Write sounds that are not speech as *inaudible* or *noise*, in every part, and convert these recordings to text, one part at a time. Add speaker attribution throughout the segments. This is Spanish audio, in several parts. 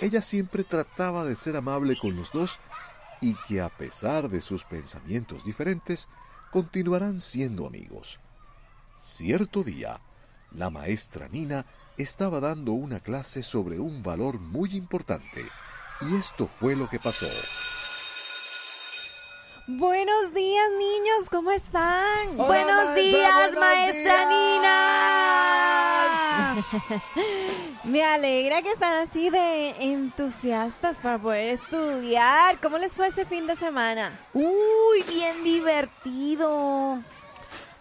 Speaker 1: Ella siempre trataba de ser amable con los dos y que a pesar de sus pensamientos diferentes, continuarán siendo amigos. Cierto día, la maestra Nina estaba dando una clase sobre un valor muy importante, y esto fue lo que pasó.
Speaker 2: Buenos días, niños, ¿cómo están?
Speaker 3: Hola,
Speaker 2: buenos
Speaker 3: maestra,
Speaker 2: días,
Speaker 3: buenos
Speaker 2: maestra
Speaker 3: días.
Speaker 2: Nina. *laughs* Me alegra que están así de entusiastas para poder estudiar. ¿Cómo les fue ese fin de semana?
Speaker 4: Uy, bien divertido.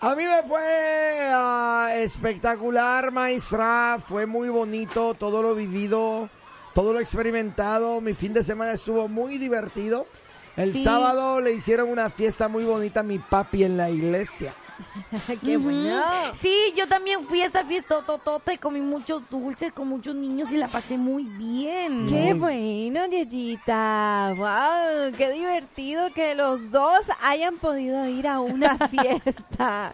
Speaker 3: A mí me fue ah, espectacular, maestra. Fue muy bonito todo lo vivido, todo lo experimentado. Mi fin de semana estuvo muy divertido. El
Speaker 2: Sí.
Speaker 3: sábado le hicieron una fiesta muy bonita a mi papi en la iglesia.
Speaker 2: Qué bueno.
Speaker 4: Sí, yo también fui a esta fiesta totota y comí muchos dulces con muchos niños y la pasé muy bien.
Speaker 2: Qué
Speaker 3: Muy.
Speaker 2: bueno, Yeyita. Wow, qué divertido que los dos hayan podido ir a
Speaker 4: *laughs*
Speaker 2: una fiesta.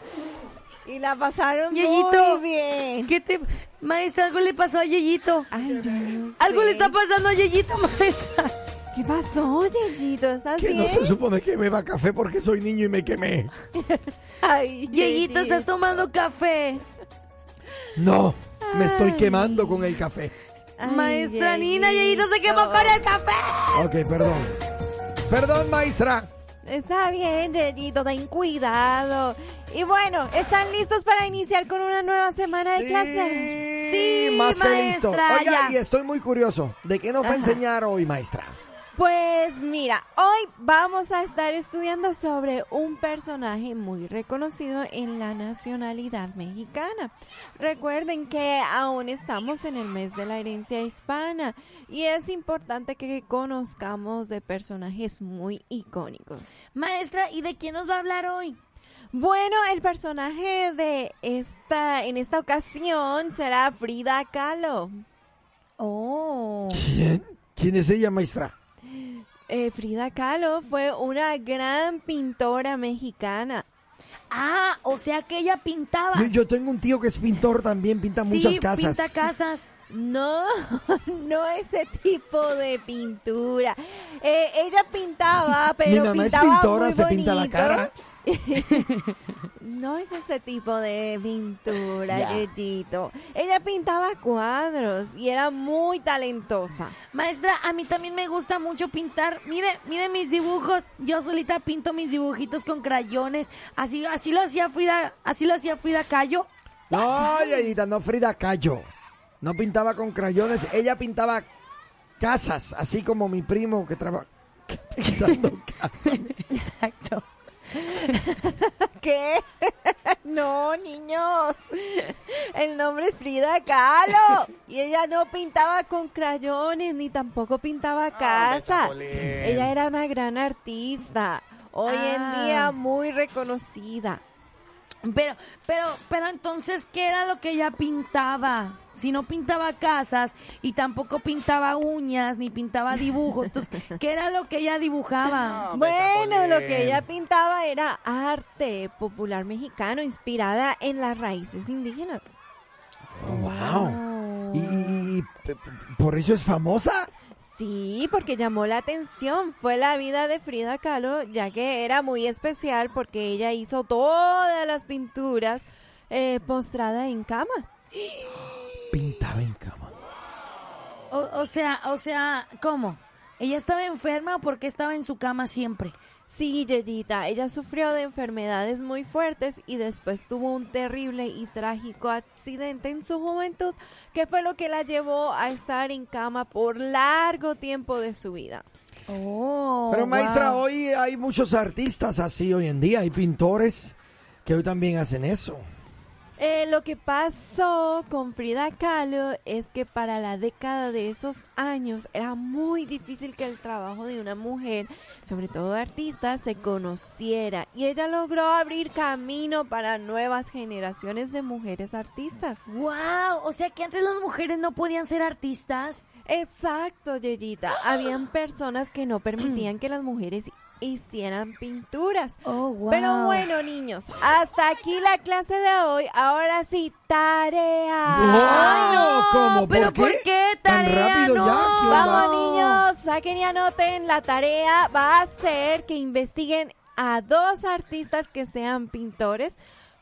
Speaker 2: y la pasaron
Speaker 4: Yeyito.
Speaker 2: muy bien.
Speaker 4: ¿Qué te... Maestra, algo le pasó a Yeyito.
Speaker 2: Ay, yo no
Speaker 4: Algo le
Speaker 2: sé.
Speaker 4: está pasando a Yeyito, *laughs* maestra.
Speaker 2: ¿Qué pasó, Yeyito? ¿Estás
Speaker 3: Que
Speaker 2: bien?
Speaker 3: no se supone que me va café porque soy niño y me quemé.
Speaker 2: Ay,
Speaker 4: Yeyito, estás tomando café.
Speaker 3: No, me estoy quemando con el café.
Speaker 4: maestra Nina, Yeyito se quemó con el café.
Speaker 3: Ok, perdón. Perdón, maestra.
Speaker 2: Está bien, Yeyito, ten cuidado. Y bueno, ¿están listos para iniciar con una nueva semana de clases?
Speaker 3: Sí,
Speaker 4: Sí,
Speaker 3: más que
Speaker 4: maestra,
Speaker 3: listo. Oiga,
Speaker 4: ya.
Speaker 3: y estoy muy curioso. ¿De qué nos va a enseñar hoy, maestra?
Speaker 2: Pues mira, hoy vamos a estar estudiando sobre un personaje muy reconocido en la nacionalidad mexicana. Recuerden que aún estamos en el mes de la herencia hispana y es importante que conozcamos de personajes muy icónicos.
Speaker 4: Maestra, ¿y de quién nos va a hablar hoy?
Speaker 2: Bueno, el personaje de esta en esta ocasión será Frida Kahlo.
Speaker 4: Oh.
Speaker 3: ¿Quién? ¿Quién es ella, maestra?
Speaker 2: Eh, Frida Kahlo fue una gran pintora mexicana.
Speaker 4: Ah, o sea que ella pintaba.
Speaker 3: Yo, yo tengo un tío que es pintor también, pinta muchas
Speaker 4: sí,
Speaker 3: casas.
Speaker 4: pinta casas.
Speaker 2: No, *laughs* no ese tipo de pintura. Eh, ella pintaba, pero
Speaker 3: Mi mamá es
Speaker 2: pintaba
Speaker 3: pintora,
Speaker 2: muy
Speaker 3: se pinta la
Speaker 2: bonito.
Speaker 3: cara.
Speaker 2: No es ese tipo de pintura,
Speaker 3: Ya.
Speaker 2: Yeyito. Ella pintaba cuadros y era muy talentosa.
Speaker 4: Maestra, a mí también me gusta mucho pintar. Mire, mire mis dibujos. Yo solita pinto mis dibujitos con crayones. Así, así lo hacía Frida, así lo hacía Frida Cayo.
Speaker 3: No, Yayita, no Frida Kahlo. No pintaba con crayones, ella pintaba casas, así como mi primo que trabaja pintando casas.
Speaker 4: Exacto.
Speaker 2: ¿Qué? *laughs* No, niños. El nombre es Frida Kahlo. Y ella no pintaba con crayones ni tampoco pintaba casa. Ella era una gran artista. Hoy
Speaker 4: Ah.
Speaker 2: en día muy reconocida.
Speaker 4: Pero, pero, pero entonces, ¿qué era lo que ella pintaba? Si no pintaba casas y tampoco pintaba uñas ni pintaba
Speaker 3: *laughs*
Speaker 4: dibujos, entonces, ¿qué era lo que ella dibujaba?
Speaker 2: Bueno, lo que ella pintaba era arte popular mexicano inspirada en las raíces indígenas.
Speaker 3: Oh, wow.
Speaker 4: Oh.
Speaker 3: ¿Y, y- y p- p- por eso es famosa?
Speaker 2: Sí, porque llamó la atención. Fue la vida de Frida Kahlo, ya que era muy especial porque ella hizo todas las pinturas eh, postrada en cama.
Speaker 3: Pintaba en cama.
Speaker 4: O, o sea, o sea, ¿cómo? ¿Ella estaba enferma o por qué estaba en su cama siempre?
Speaker 2: Sí, Yeyita, ella sufrió de enfermedades muy fuertes y después tuvo un terrible y trágico accidente en su juventud, que fue lo que la llevó a estar en cama por largo tiempo de su vida.
Speaker 4: Oh,
Speaker 3: Pero maestra,
Speaker 4: wow.
Speaker 3: hoy hay muchos artistas así hoy en día, hay pintores que hoy también hacen eso.
Speaker 2: Eh, lo que pasó con Frida Kahlo es que para la década de esos años era muy difícil que el trabajo de una mujer, sobre todo artista, se conociera y ella logró abrir camino para nuevas generaciones de mujeres artistas.
Speaker 4: Wow, o sea que antes las mujeres no podían ser artistas.
Speaker 2: Exacto, Yeyita. Habían personas que no permitían que las mujeres hicieran pinturas.
Speaker 4: Oh, wow.
Speaker 2: Pero bueno, niños, hasta aquí la clase de hoy. Ahora sí, tarea.
Speaker 4: Ay, no,
Speaker 3: ¿Cómo?
Speaker 4: pero
Speaker 3: ¿Por qué?
Speaker 4: ¿por qué
Speaker 3: Tan
Speaker 4: tarea?
Speaker 3: rápido
Speaker 4: No,
Speaker 3: ya. ¿Qué onda?
Speaker 2: Vamos, niños, saquen y anoten. La tarea va a ser que investiguen a dos artistas que sean pintores.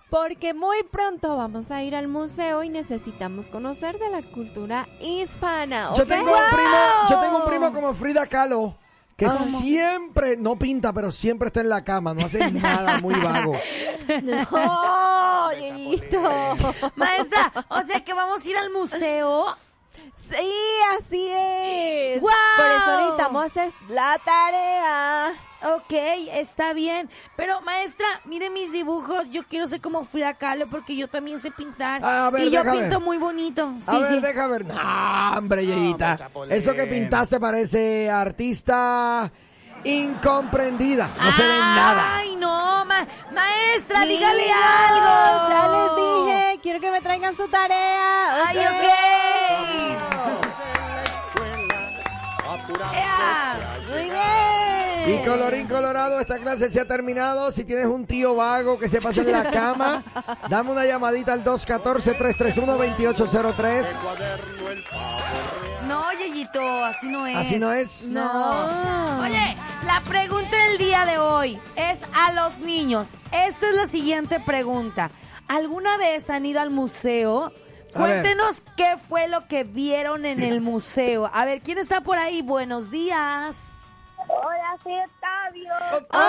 Speaker 2: Porque muy pronto vamos a ir al museo y necesitamos conocer de la cultura hispana.
Speaker 3: Yo
Speaker 2: ¿ok?
Speaker 3: tengo un primo, yo tengo un primo como Frida Kahlo que siempre no pinta, pero siempre está en la cama, no hace nada, muy vago.
Speaker 2: No, Yeyito.
Speaker 4: Maestra, o sea que vamos a ir al museo.
Speaker 2: Sí, así es.
Speaker 4: ¡Guau!
Speaker 2: Por eso necesitamos hacer la tarea.
Speaker 4: Ok, está bien. Pero maestra, mire mis dibujos. Yo quiero ser como Frida Kahlo porque yo también sé pintar.
Speaker 3: Ah, A ver,
Speaker 4: y yo
Speaker 3: deja ver.
Speaker 4: pinto muy bonito.
Speaker 3: A
Speaker 4: Sí,
Speaker 3: ver,
Speaker 4: sí.
Speaker 3: deja ver. No, hombre, Yeyita.
Speaker 5: Chapulín.
Speaker 3: Eso que pintaste parece artista incomprendida. No se ve nada.
Speaker 4: Ay, no, ma- maestra, dígale
Speaker 2: Niños,
Speaker 4: algo.
Speaker 2: Ya les dije, quiero que me traigan su tarea.
Speaker 4: Ay,
Speaker 2: ¿ok?
Speaker 4: ok.
Speaker 2: Ea, Muy bien.
Speaker 3: Y colorín colorado, esta clase se ha terminado. Si tienes un tío vago que se pasa en la cama, dame una llamadita al 214-331-2803.
Speaker 4: No, Yeyito, así no es.
Speaker 3: Así no es.
Speaker 4: No. Oye, la pregunta del día de hoy es a los niños. Esta es la siguiente pregunta. ¿Alguna vez han ido al museo?
Speaker 3: A ver.
Speaker 4: Cuéntenos qué fue lo que vieron en el museo. A ver, ¿quién está por ahí? Buenos días.
Speaker 6: Hola, soy Octavio.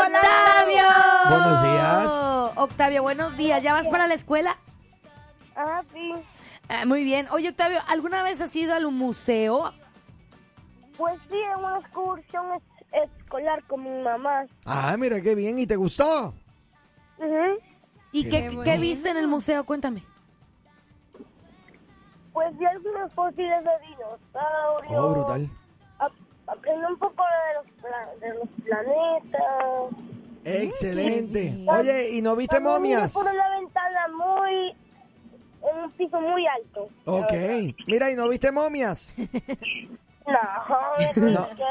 Speaker 4: Octavio.
Speaker 3: Buenos días.
Speaker 4: Octavio, buenos días. ¿Ya vas para la escuela?
Speaker 6: Ah, sí.
Speaker 4: Ah, muy bien. Oye, Octavio, ¿alguna vez has ido al museo?
Speaker 6: Pues sí, en una excursión es- escolar con mi mamá.
Speaker 3: Ah, mira qué bien. ¿Y te gustó?
Speaker 6: Ujú.
Speaker 4: ¿Y qué,
Speaker 2: Qué
Speaker 4: qué viste en el museo? Cuéntame.
Speaker 6: Pues vi algunos fósiles de dinosaurios.
Speaker 3: Oh, brutal.
Speaker 6: Ap- aprendí un poco de los, pla- de los planetas.
Speaker 3: Excelente. Oye, ¿y no viste
Speaker 6: También miré
Speaker 3: momias?
Speaker 6: Por una ventana muy. en un piso muy alto. la
Speaker 3: Ok.
Speaker 6: verdad.
Speaker 3: Mira, ¿y no viste momias?
Speaker 6: No,
Speaker 3: No.
Speaker 6: no. ¿qué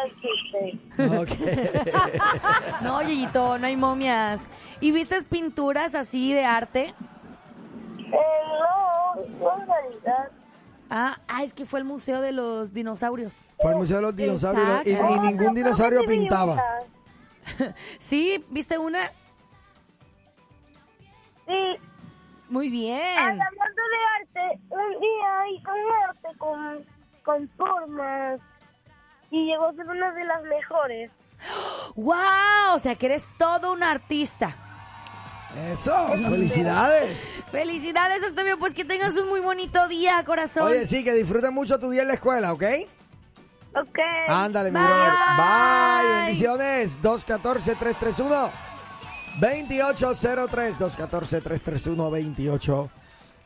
Speaker 6: existe?
Speaker 3: Ok.
Speaker 4: No, Yeyito, no hay momias. ¿Y viste pinturas así de arte?
Speaker 6: Eh, no, no, en realidad.
Speaker 4: Ah, ah, es que fue el museo de los dinosaurios.
Speaker 3: Fue al Museo de los Dinosaurios y, y
Speaker 2: Exacto.
Speaker 3: ningún dinosaurio pintaba.
Speaker 4: Sí, ¿viste una?
Speaker 6: Sí,
Speaker 4: Muy bien.
Speaker 6: Hablando de arte, un día hice un arte con, con formas y llegó a ser una de las mejores.
Speaker 4: ¡Wow! O sea, que eres todo un artista.
Speaker 3: Eso, felicidades.
Speaker 4: Felicidades, Octavio. Pues que tengas un muy bonito día, corazón.
Speaker 3: Oye, sí, que disfruten mucho tu día en la escuela, ¿ok?
Speaker 6: Ok.
Speaker 3: Ándale, mi
Speaker 4: Bye.
Speaker 3: brother. Bye, bendiciones. 214-331. 2803 214-331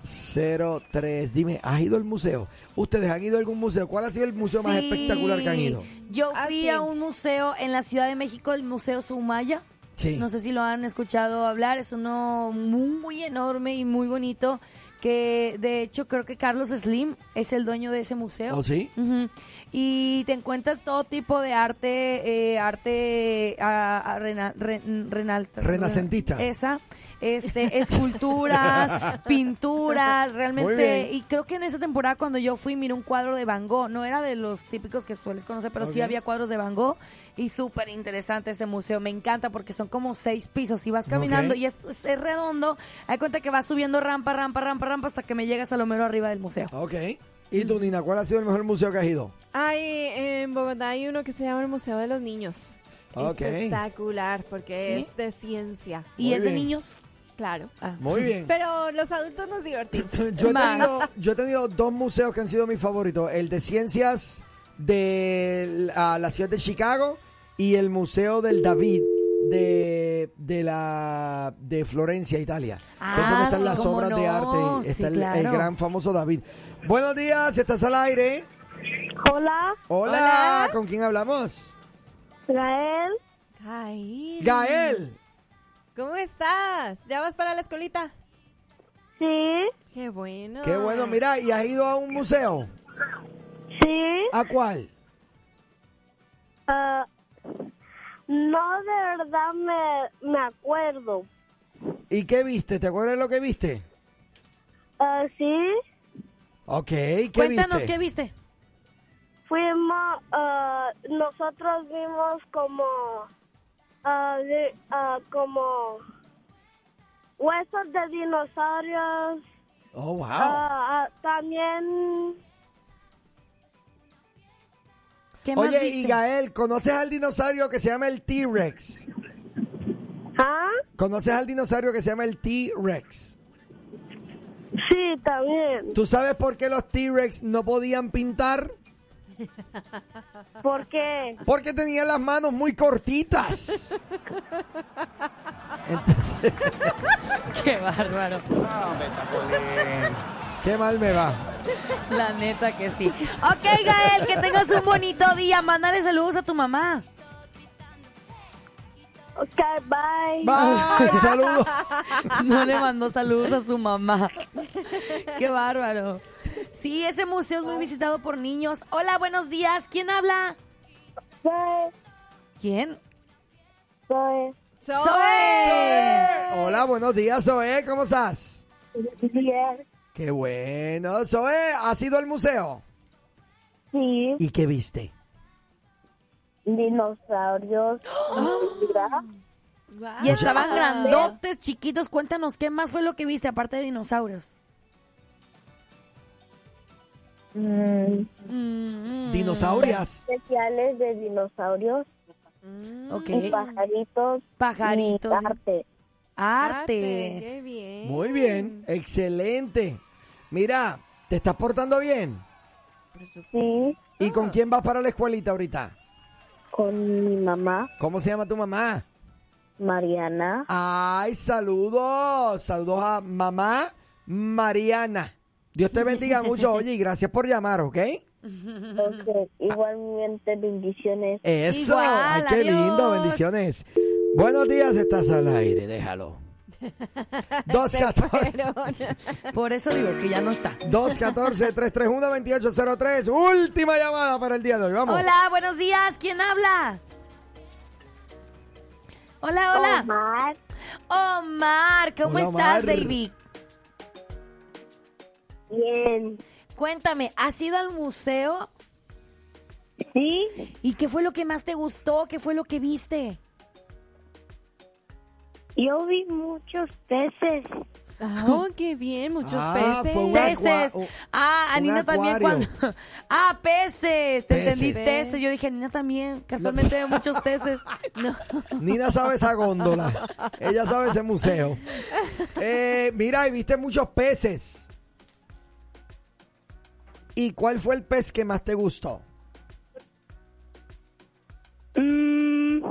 Speaker 3: 2803 Dime, ¿has ido al museo? ¿Ustedes han ido a algún museo? ¿Cuál ha sido el museo más
Speaker 4: Sí.
Speaker 3: espectacular que han ido?
Speaker 4: Yo fui
Speaker 2: Ah, sí.
Speaker 4: a un museo en la Ciudad de México, el Museo Sumaya.
Speaker 3: Sí.
Speaker 4: No sé si lo han escuchado hablar, es uno muy enorme y muy bonito que de hecho creo que Carlos Slim es el dueño de ese museo.
Speaker 3: ¿Oh, sí?
Speaker 4: Ujú. Y te encuentras todo tipo de arte, eh, arte ah, ah, rena- re- renal-
Speaker 3: Renacentista.
Speaker 4: Esa, este,
Speaker 3: *laughs*
Speaker 4: esculturas, pinturas, realmente.
Speaker 3: bien.
Speaker 4: Y creo que en esa temporada cuando yo fui miré un cuadro de Van Gogh, no era de los típicos que sueles conocer, pero sí
Speaker 3: Ok.
Speaker 4: había cuadros de Van Gogh y súper interesante ese museo, me encanta porque son como seis pisos y vas caminando
Speaker 3: Ok.
Speaker 4: y es, es
Speaker 3: Ah,
Speaker 4: redondo, hay cuenta que vas subiendo rampa, rampa, rampa, rampa hasta que me llegas a lo mero arriba del museo.
Speaker 3: Ok. ¿Y
Speaker 4: Mm.
Speaker 3: tú, Nina, cuál ha sido el mejor museo que has
Speaker 4: *clears throat*
Speaker 3: ido? *clears throat*
Speaker 2: Hay en Bogotá hay uno que se llama el Museo de los Niños.
Speaker 3: Ok.
Speaker 2: Espectacular, porque
Speaker 4: ¿Sí?
Speaker 2: es de ciencia,
Speaker 4: ¿Y
Speaker 3: Muy
Speaker 4: es
Speaker 3: bien.
Speaker 4: de niños?
Speaker 2: claro.
Speaker 4: Ah.
Speaker 3: Muy bien.
Speaker 2: *laughs* Pero los adultos nos divertimos.
Speaker 3: *laughs* Yo he,
Speaker 4: Más.
Speaker 3: tenido, yo he tenido dos museos que han sido mis favoritos. El de ciencias de la, la ciudad de Chicago y el Museo del David de, de la de Florencia, Italia. que es
Speaker 4: Ah,
Speaker 3: donde están
Speaker 4: sí,
Speaker 3: las
Speaker 4: cómo
Speaker 3: obras de
Speaker 4: no.
Speaker 3: arte. Está el,
Speaker 4: Sí,
Speaker 3: el
Speaker 4: claro.
Speaker 3: gran famoso David. Buenos días, estás al aire.
Speaker 6: Hola,
Speaker 3: Hola,
Speaker 2: Hola.
Speaker 3: ¿con quién hablamos?
Speaker 6: Gael.
Speaker 2: Gael.
Speaker 3: Gael.
Speaker 2: ¿Cómo estás? ¿Ya vas para la escolita?
Speaker 6: Sí,
Speaker 2: Qué bueno.
Speaker 3: Qué bueno, mira, ¿y has ido a un museo?
Speaker 6: sí.
Speaker 3: ¿A cuál?
Speaker 6: ah, no, de verdad me, me acuerdo.
Speaker 3: ¿Y qué viste? ¿Te acuerdas lo que viste?
Speaker 6: Ah, sí,
Speaker 3: Ok, ¿qué
Speaker 4: Cuéntanos
Speaker 3: viste?
Speaker 4: qué viste.
Speaker 6: fuimos, ah, nosotros vimos como, ah, de- ah, como huesos de dinosaurios.
Speaker 3: Oh, wow.
Speaker 6: Ah, ah, también,
Speaker 4: ¿Qué más
Speaker 3: Oye,
Speaker 4: viste?
Speaker 3: y Gael, ¿conoces al dinosaurio que se llama el T-Rex?
Speaker 6: ¿ah?
Speaker 3: ¿Conoces al dinosaurio que se llama el T-Rex?
Speaker 6: Sí, también,
Speaker 3: ¿Tú sabes por qué los T-Rex no podían pintar?
Speaker 6: porque
Speaker 3: Porque tenían las manos muy cortitas.
Speaker 4: *laughs*
Speaker 3: Entonces,
Speaker 4: *laughs* Qué bárbaro.
Speaker 3: qué mal me
Speaker 4: *laughs*
Speaker 3: va.
Speaker 4: La neta que sí. Ok, Gael, que tengas un bonito día. Mándale saludos a tu mamá. *laughs*
Speaker 6: ok, bye.
Speaker 3: Bye,
Speaker 4: *laughs*
Speaker 3: saludos.
Speaker 4: No le mandó saludos a su mamá. *laughs* Qué bárbaro. Sí, ese museo es muy visitado por niños. Hola, buenos días. ¿Quién habla?
Speaker 6: Bye,
Speaker 4: ¿Quién?
Speaker 6: bye.
Speaker 2: ¡Zoe!
Speaker 3: Hola, buenos días, Zoe, ¿cómo estás?
Speaker 6: Bien,
Speaker 3: Qué bueno, Zoe, ¿has ido al museo?
Speaker 6: sí,
Speaker 3: ¿Y qué viste?
Speaker 6: dinosaurios. Ah. mira.
Speaker 2: Guau.
Speaker 4: Y estaban grandotes, chiquitos. Cuéntanos, ¿qué más fue lo que viste aparte de dinosaurios?
Speaker 6: Mm,
Speaker 4: Mm, mm.
Speaker 3: Dinosaurias.
Speaker 6: especiales de dinosaurios
Speaker 4: Ok.
Speaker 6: y pajaritos.
Speaker 4: Pajaritos.
Speaker 6: Y arte.
Speaker 2: Arte,
Speaker 4: Arte.
Speaker 2: Qué bien.
Speaker 3: Muy bien, excelente. Mira, ¿te estás portando bien?
Speaker 2: Por supuesto.
Speaker 6: Sí,
Speaker 3: ¿Y con quién vas para la escuelita ahorita?
Speaker 6: con mi mamá,
Speaker 3: ¿Cómo se llama tu mamá?
Speaker 6: Mariana.
Speaker 3: Ay, saludos. Saludos a mamá Mariana. Dios te
Speaker 4: *laughs*
Speaker 3: bendiga mucho, oye, y gracias por llamar, ¿ok?
Speaker 6: Ok, igualmente, bendiciones.
Speaker 3: Eso.
Speaker 4: Igual,
Speaker 3: Ay, qué
Speaker 4: adiós.
Speaker 3: lindo, bendiciones. Buenos días, estás al aire,
Speaker 4: *laughs*
Speaker 3: déjalo. 214
Speaker 4: Por eso digo que ya no está.
Speaker 3: 331-2803. Última llamada para el día de hoy, vamos.
Speaker 4: Hola, buenos días. ¿Quién habla? Hola, hola.
Speaker 6: Omar,
Speaker 4: Omar, ¿cómo
Speaker 3: Hola,
Speaker 4: estás,
Speaker 3: Omar.
Speaker 4: baby?
Speaker 6: bien.
Speaker 4: Cuéntame, ¿has ido al museo?
Speaker 6: Sí,
Speaker 4: ¿Y qué fue lo que más te gustó? ¿Qué fue lo que viste?
Speaker 6: yo vi muchos peces.
Speaker 2: Oh, qué bien, muchos
Speaker 3: Ah,
Speaker 2: peces.
Speaker 3: fue un acua-
Speaker 4: Peces.
Speaker 3: un-
Speaker 4: Ah, a
Speaker 3: un
Speaker 4: Nina también
Speaker 3: acuario.
Speaker 4: cuando. *laughs* Ah, peces. Te entendí,
Speaker 3: Peces.
Speaker 4: peces. Yo dije, Nina también. Casualmente veo muchos
Speaker 3: *laughs*
Speaker 4: peces. No. *laughs*
Speaker 3: Nina sabe esa góndola. Ella sabe ese museo. Eh, mira, y viste muchos peces. ¿Y cuál fue el pez que más te gustó?
Speaker 6: Mm,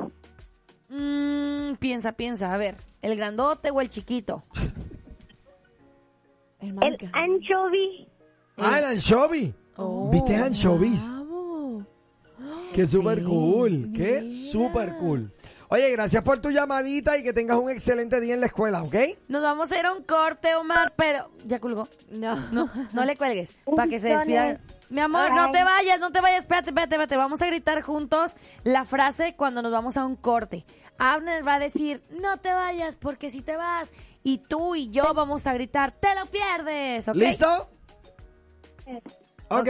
Speaker 4: Mm, piensa, piensa. A ver, ¿el grandote o el chiquito?
Speaker 2: El
Speaker 6: el
Speaker 2: más grande.
Speaker 6: anchovy.
Speaker 3: Ah, el anchovy.
Speaker 4: Eh. Oh.
Speaker 3: ¿Viste anchovies?
Speaker 2: Bravo.
Speaker 3: Qué súper
Speaker 4: Sí,
Speaker 3: cool. Qué
Speaker 2: mira.
Speaker 3: súper cool. Oye, gracias por tu llamadita y que tengas un excelente día en la escuela, ¿ok?
Speaker 4: Nos vamos a ir a un corte, Omar, pero. Ya culgó.
Speaker 2: No.
Speaker 4: No, no le *laughs* cuelgues. Para que se despida.
Speaker 6: Dale.
Speaker 4: Mi amor,
Speaker 6: Bye.
Speaker 4: no te vayas, no te vayas. Espérate, espérate, espérate. Vamos a gritar juntos la frase cuando nos vamos a un corte. Abner va a decir, no te vayas porque si te vas. Y tú y yo vamos a gritar, te lo pierdes. ¿ok?
Speaker 3: ¿Listo? Ok.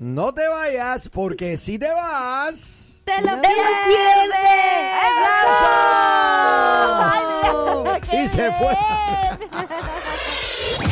Speaker 3: No te vayas porque si te vas...
Speaker 4: Te lo
Speaker 2: ¡Te
Speaker 4: pierdes. ¡Eso!
Speaker 3: Y se fue.